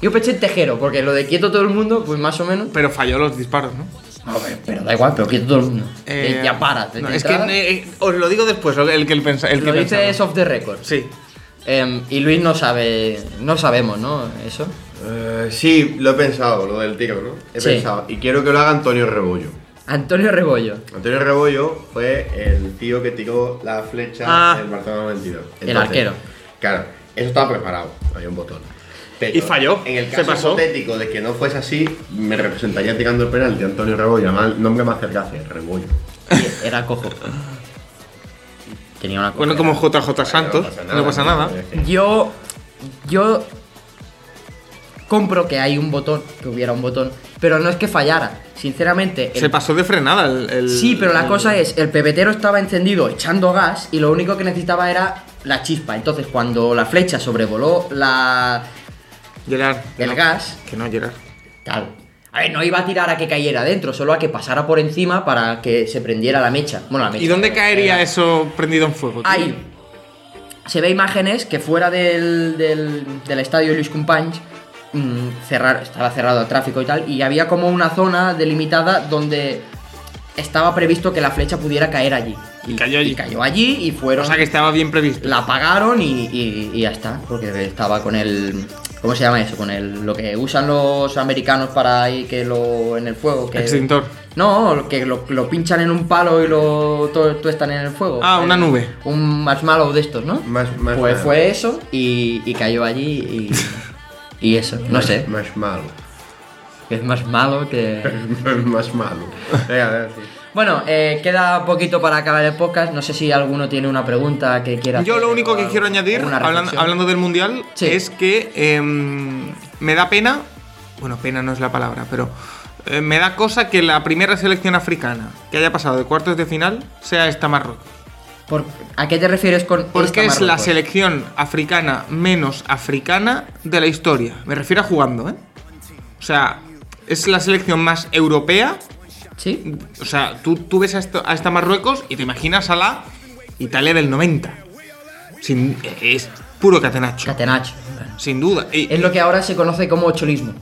S2: Yo pensé en tejero, porque lo de quieto todo el mundo, pues más o menos.
S3: Pero falló los disparos, ¿no?
S2: No, pero, pero da igual, pero quieto todo el mundo.
S3: Eh,
S2: Eh, ya para. de
S3: no, es que
S2: entrada.
S3: eh, os lo digo después, el que el pensa, el que
S2: lo dice
S3: pensaba.
S2: es off the record.
S3: Sí.
S2: Em, y Luis no sabe. No sabemos, ¿no? Eso.
S4: Eh, sí, lo he pensado, lo del tiro, ¿no? He
S2: Sí.
S4: pensado. Y quiero que lo haga Antonio Rebollo.
S3: [LAUGHS]
S2: Antonio Rebollo.
S4: Antonio Rebollo fue el tío que tiró la flecha
S3: Ah.
S4: del Barcelona 92.
S2: El arquero.
S4: Claro, eso estaba preparado, había un botón. Pero
S3: Y falló,
S4: En el
S3: se
S4: caso
S3: pasó.
S4: hipotético de que no fuese así, me representaría tirando el penalti Antonio Rebollo. Además, el nombre más cercano, Rebollo.
S2: Y Era cojo. Tenía una cojo.
S3: Bueno, como JJ Santos,
S4: No pasa nada,
S3: no pasa nada.
S2: Yo. Yo. Compro que hay un botón, que hubiera un botón, pero no es que fallara. Sinceramente, el
S3: Se pasó de frenada el. el-
S2: Sí, pero la
S3: el-
S2: cosa es, el pepetero estaba encendido echando gas y lo único que necesitaba era la chispa. Entonces, cuando la flecha sobrevoló la...
S3: Gerard.
S2: el
S3: no,
S2: gas,
S3: Que no, Gerard.
S2: tal. A ver, no iba a tirar a que cayera dentro, solo a que pasara por encima para que se prendiera la mecha. Bueno, la mecha.
S3: ¿Y dónde caería
S2: Eh,
S3: eso prendido en fuego? tío?
S2: Ahí. Se ve imágenes que fuera del, del, del estadio Luis Companys mm, cerrar, estaba cerrado al tráfico y tal, y había como una zona delimitada donde estaba previsto que la flecha pudiera caer allí.
S3: Y cayó allí.
S2: Y cayó allí y fueron.
S3: O sea que estaba bien previsto.
S2: La apagaron y, y- y ya está, porque estaba con el. ¿Cómo se llama eso? Con el, lo que usan los americanos para ahí que lo. en el fuego. Que,
S3: Extintor.
S2: No, lo que lo, lo pinchan en un palo y lo to- tuestan en el fuego.
S3: Ah, una
S2: El-
S3: nube.
S2: Un marshmallow de estos, ¿no?
S4: Más- más-
S2: pues fue eso y, y cayó allí y. y eso, no sé.
S4: Más malo. [LAUGHS]
S2: Es más malo que.
S4: más malo. Venga, a ver, sí.
S2: Bueno, eh, queda poquito para acabar el podcast. No sé si alguno tiene una pregunta que quiera.
S3: Yo lo
S2: hacer
S3: único
S2: o
S3: que
S2: algo-
S3: quiero añadir,
S2: alguna
S3: hablan- hablando,
S2: reflexión.
S3: del mundial,
S2: Sí.
S3: es que em, me da pena, bueno, pena no es la palabra, pero eh, me da cosa que la primera selección africana que haya pasado de cuartos de final sea esta Marruecos.
S2: Por- ¿A qué te refieres con esta
S3: Porque es la
S2: Marruecos?
S3: selección africana menos africana de la historia. Me refiero a jugando, ¿eh? O sea, es la selección más europea.
S2: ¿Sí?
S3: O sea, tú, tú ves a, esto- a esta Marruecos y te imaginas a la Italia del 90. Sin- es puro catenacho.
S2: Catenacho.
S3: Sin duda. Y
S2: Es lo que ahora se conoce como cholismo.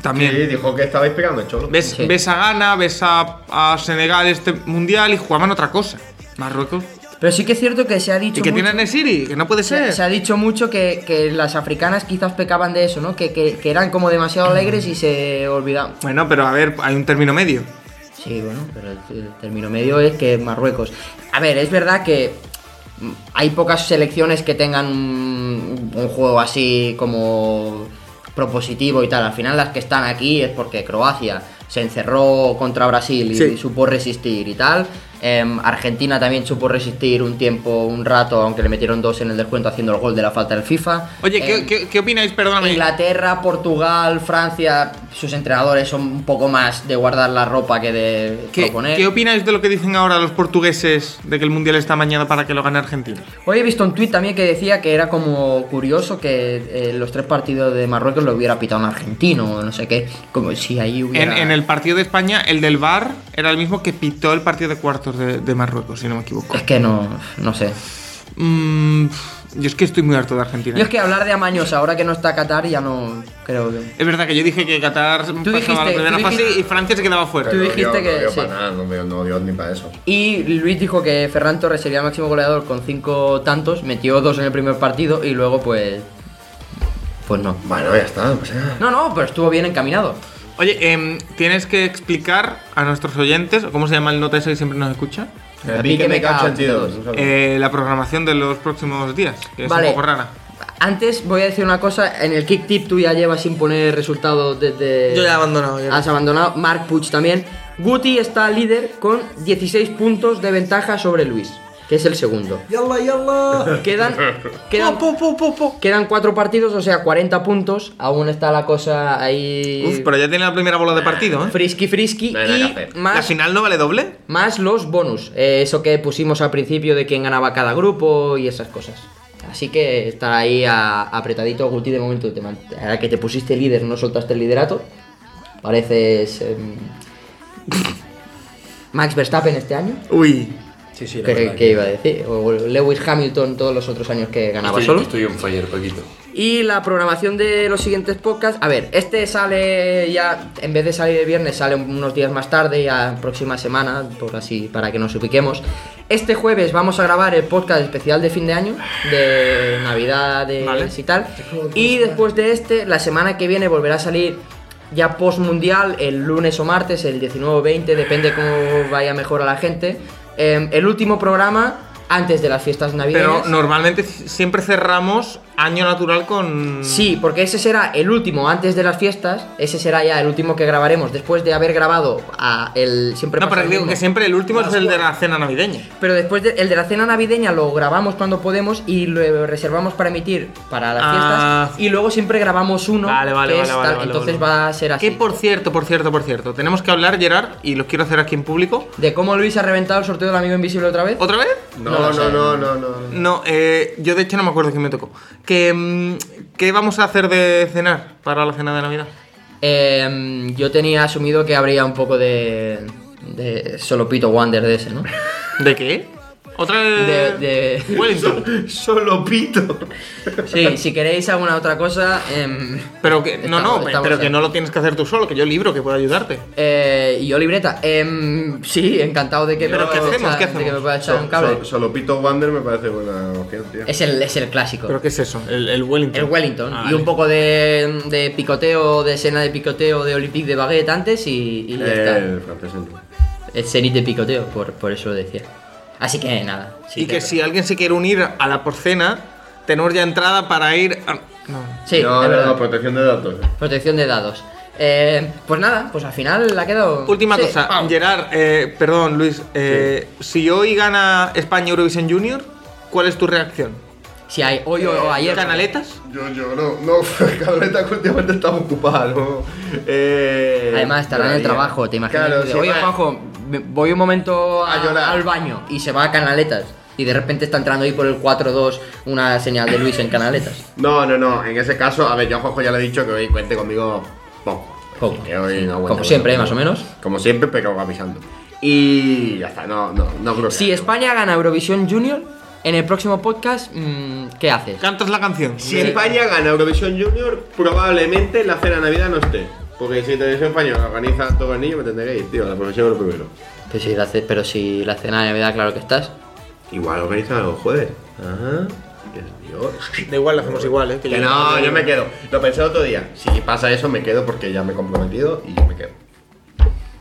S3: también.
S4: Sí, dijo que estabais pegando, cholo.
S3: Ves,
S2: Sí.
S3: ves a Ghana, ves a, a Senegal este mundial y jugaban otra cosa. Marruecos.
S2: Pero sí que es cierto que se ha dicho
S3: Y que
S2: mucho,
S3: tienen Nesiri, que no puede
S2: se,
S3: ser.
S2: se ha dicho mucho que, que las africanas quizás pecaban de eso, ¿no? Que, que- que eran como demasiado alegres y se olvidaban.
S3: Bueno, pero a ver, hay un término medio.
S2: Sí, bueno, pero el, el término medio es que Marruecos. A ver, es verdad que mm, hay pocas selecciones que tengan un, un juego así como propositivo y tal. Al final las que están aquí es porque Croacia se encerró contra Brasil y,
S3: Sí.
S2: supo resistir y tal. Em, Argentina también supo resistir un tiempo, un rato, aunque le metieron dos en el descuento haciendo el gol de la falta del FIFA.
S3: Oye, ¿qué,
S2: Em,
S3: qué- qué opináis? Perdóname.
S2: Inglaterra, Portugal, Francia, sus entrenadores son un poco más de guardar la ropa que de
S3: ¿Qué,
S2: proponer.
S3: qué opináis de lo que dicen ahora los portugueses de que el mundial está mañana para que lo gane Argentina?
S2: Hoy he visto un tuit también que decía que era como curioso que eh, los tres partidos de Marruecos lo hubiera pitado un argentino o no sé qué, como si ahí
S3: En,
S2: hubiera...
S3: en el partido de España, el del VAR era el mismo que pitó el partido de cuartos de, de Marruecos, si no me equivoco.
S2: Es que no, no sé.
S3: Mm, yo es que estoy muy harto de Argentina.
S2: Yo es que hablar de amaños ahora que no está Qatar ya no creo que...
S3: Es verdad que yo dije que Qatar pasaba
S2: dijiste-
S3: la primera
S2: tú
S3: fase
S2: dijiste-
S3: y Francia se quedaba fuera.
S2: Tú
S4: No
S2: dijiste
S4: dio-
S2: que-
S4: No dio
S2: sí.
S4: para nada, no dio, no dio ni para eso.
S2: Y Luis dijo que Ferran Torres sería el máximo goleador con cinco tantos, metió dos en el primer partido y luego pues... Pues no.
S4: Bueno, ya está, pues ya.
S2: No, no, pero estuvo bien encaminado.
S3: Oye, em, tienes que explicar a nuestros oyentes, ¿cómo se llama el nota ese que siempre nos escucha?
S2: A mí que me cago en todos.
S3: Eh, la programación de los próximos días, que es
S2: Vale.
S3: un poco rara.
S2: Antes voy a decir una cosa, en el kick tip tú ya llevas sin poner resultados desde...
S3: Yo ya he abandonado, ya.
S2: Has abandonado, Mark Puig también. Guti está líder con 16 puntos de ventaja sobre Luis. que es el segundo.
S5: Yalla,
S2: [LAUGHS]
S5: yalla.
S4: [LAUGHS]
S2: Quedan, quedan,
S5: Po, po, po, po, po.
S2: quedan cuatro partidos, o sea, 40 puntos. Aún está la cosa ahí.
S3: Uf, pero ya tiene la primera bola de partido, ¿eh?
S2: Frisky, frisky.
S4: No hay nada
S2: y
S4: que hacer.
S3: ¿La
S2: más
S3: final no vale doble?
S2: más los bonus, eh, eso que pusimos al principio de quién ganaba cada grupo y esas cosas. Así que estará ahí a- apretadito Guti de momento. Te man- ahora que te pusiste líder, no soltaste el liderato. Pareces em, [LAUGHS] Max Verstappen este año.
S3: Uy.
S5: Sí, sí, la
S2: Que,
S5: verdad
S2: que iba a decir. O Lewis Hamilton todos los otros años que ganaba
S5: estoy,
S2: solo.
S5: estoy on fire, Paquito.
S2: Y la programación de los siguientes podcasts. A ver, este sale ya. En vez de salir el viernes, sale unos días más tarde, ya próxima semana, por así, para que nos ubiquemos. Este jueves vamos a grabar el podcast especial de fin de año, de Navidad de
S3: Vale.
S2: y tal. Y después de este, la semana que viene volverá a salir ya post mundial, el lunes o martes, el 19 o 20, depende cómo vaya mejor a la gente. Em, el último programa antes de las fiestas navideñas.
S3: Pero normalmente c- siempre cerramos año natural con.
S2: Sí, porque ese será el último antes de las fiestas. Ese será ya el último que grabaremos después de haber grabado a el siempre.
S3: No,
S2: pasa
S3: pero
S2: lo
S3: digo
S2: mismo.
S3: que siempre el último es el de la cena navideña.
S2: Pero después de- el de la cena navideña lo grabamos cuando podemos y lo reservamos para emitir para las
S3: Ah.
S2: fiestas. Y luego siempre grabamos uno.
S3: Vale, vale,
S2: que
S3: vale,
S2: es
S3: vale,
S2: tal-
S3: vale,
S2: entonces
S3: vale.
S2: va a ser así.
S3: Que por cierto, por cierto, por cierto. Tenemos que hablar, Gerard, y los quiero hacer aquí en público.
S2: De cómo Luis ha reventado el sorteo del amigo invisible otra vez.
S3: ¿Otra vez?
S2: No
S4: No,
S2: lo
S4: no,
S2: sé.
S4: no, no, no. [LAUGHS]
S3: No, eh, yo de hecho no me acuerdo quién me tocó. Que, mm, ¿Qué vamos a hacer de cenar para la cena de Navidad?
S2: Em, yo tenía asumido que habría un poco de. de solopito Wander de
S3: [LAUGHS]
S2: ese, ¿no?
S3: ¿De qué? ¿Otra
S2: De-
S3: de,
S2: de-
S3: Wellington?
S4: Solo pito.
S2: Sí, si queréis alguna otra cosa. em,
S3: Pero que, no,
S2: Estamos-
S3: no,
S2: estamos
S3: pero que
S2: ahí.
S3: no lo tienes que hacer tú solo, que yo libro que pueda ayudarte.
S2: Eh, y yo libreta. Em, sí, encantado de que,
S3: Pero
S2: me
S3: ¿qué
S2: pueda
S3: hacemos?
S2: echar-
S3: ¿Qué
S2: de que me
S3: hacemos?
S2: pueda echar un cable.
S4: solo pito Wander me parece buena opción, tío.
S2: Es, el, es el clásico.
S3: ¿Pero qué es eso? El, el Wellington.
S2: El Wellington.
S3: Ah,
S2: y
S3: vale.
S2: un poco de, de picoteo, de escena de picoteo de Olympique de Baguette antes y, y ya
S3: Eh.
S4: El Eh, francés en
S2: está. Es cenit de picoteo, por, por eso lo decía. Así que nada.
S3: y
S2: sí,
S3: que
S2: claro.
S3: si alguien se quiere unir a la porcena, tenemos ya entrada para ir. a- No.
S2: Sí,
S4: no,
S2: es
S4: no,
S2: verdad.
S4: no, protección de datos.
S2: Protección de dados. Eh, pues nada, pues al final ha quedado.
S3: Última
S2: Sí,
S3: cosa,
S2: pau.
S3: Gerard, eh, perdón Luis, eh, si hoy gana España Eurovision Junior, ¿cuál es tu reacción?
S2: Si hay hoy
S3: Oh,
S2: o o ayer.
S3: ¿Canaletas?
S4: Yo, yo, no, no, [LAUGHS] Caroleta que últimamente está ocupada, ¿no? Eh,
S2: Además, estará en el
S4: lloraría.
S2: trabajo, te imaginas.
S4: Claro,
S2: Dice,
S4: sí,
S2: Oye,
S4: va-
S2: Juanjo, me- voy un momento
S4: A
S2: a-
S4: llorar".
S2: al baño y se va a canaletas. Y de repente está entrando ahí por el 4-2 una señal de Luis en canaletas.
S4: No, no, no, en ese caso, a ver, yo a Juanjo ya le he dicho que hoy cuente conmigo poco.
S2: Poco,
S4: Así que hoy
S2: sí.
S4: no aguanto
S2: Como siempre,
S4: mucho.
S2: más o menos.
S4: Como siempre, pero avisando. Y ya está, no, no, no creo que
S2: Si
S4: haya.
S2: España gana Eurovisión Junior, en el próximo podcast, mm, ¿qué haces?
S3: ¿Cantas la canción?
S4: Si España gana Eurovisión Junior, probablemente la cena de Navidad no esté. Porque si Televisión Española organiza todo el niño, me tendré que ir, tío, a la profesión es lo primero.
S2: Pues si la ce- pero si la cena de Navidad, claro que estás.
S4: Igual organizan los jueves. Ajá. Dios.
S3: Da igual, lo hacemos igual, ¿eh?
S4: Que no, yo me quedo. Lo pensé otro día. Si pasa eso, me quedo porque ya me he comprometido y yo me quedo.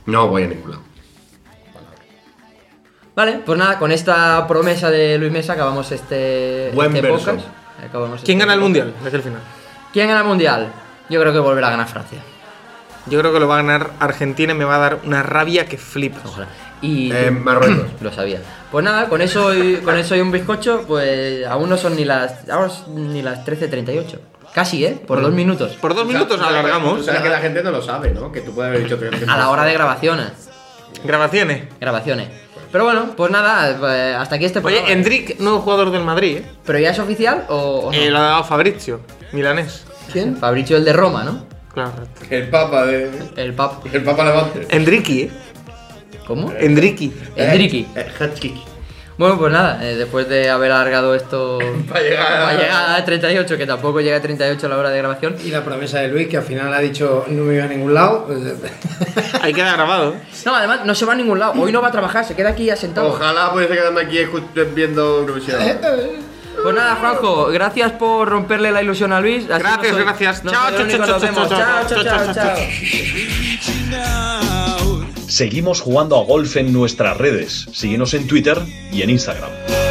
S4: No voy a ningún lado.
S2: Vale, pues nada, con esta promesa de Luis Mesa acabamos este,
S4: Buen
S2: este
S4: verso.
S2: podcast. Acabamos
S3: ¿Quién
S2: este
S3: gana el
S2: podcast.
S3: mundial? Desde el final.
S2: ¿Quién gana el mundial? Yo creo que volverá a ganar Francia.
S3: Yo creo que lo va a ganar Argentina y me va a dar una rabia que flipas.
S2: Ojalá. Y
S4: Eh, Marruecos.
S2: Lo sabía. Pues nada, con eso y, con eso y un bizcocho, pues aún no son ni las ahora es ni las 13.38. Casi, ¿eh? Por [CLEARS THROAT] dos minutos.
S3: Por dos minutos
S4: O
S3: alargamos.
S4: sea, que la gente no lo sabe, ¿no? Que tú puedes haber dicho
S2: A la hora de grabaciones.
S3: Grabaciones.
S2: Grabaciones. Pero bueno, pues nada, eh, hasta aquí este programa.
S3: Oye, Endrick, nuevo jugador del Madrid, ¿eh?
S2: ¿Pero ya es oficial o, o no?
S3: Eh, lo ha dado Fabrizio, milanés.
S2: ¿Quién? Fabricio el de Roma, ¿no?
S3: Claro.
S4: El Papa de.
S2: El pap...
S4: El Papa Levante.
S3: Endricky, ¿eh?
S2: ¿Cómo?
S3: Endricky.
S2: Enrique.
S4: Eh, Hatchkick.
S2: Bueno, pues nada, eh, después de haber alargado esto...
S4: Para llegar a-
S2: Para llegar a 38, que tampoco llega a 38 a la hora de grabación.
S5: Y la promesa de Luis, que al final ha dicho no me iba a ningún lado.
S3: Ahí queda grabado, ¿eh?
S2: No, además no se va a ningún lado. Hoy no va a trabajar, se queda aquí ya sentado.
S4: Ojalá pudiese quedarme aquí escu- viendo Eurovisión.
S2: Pues nada, Juanjo, gracias por romperle la ilusión a Luis. Así
S3: Gracias,
S2: no soy-
S3: gracias.
S2: no
S3: Chao,
S2: soy el
S3: chao,
S2: único,
S3: chao,
S2: nos
S3: chao,
S2: vemos.
S3: chao,
S2: Chao, chao,
S3: chao,
S2: chao,
S3: chao, chao.
S2: chao.
S1: Seguimos jugando a golf en nuestras redes. Síguenos en Twitter y en Instagram.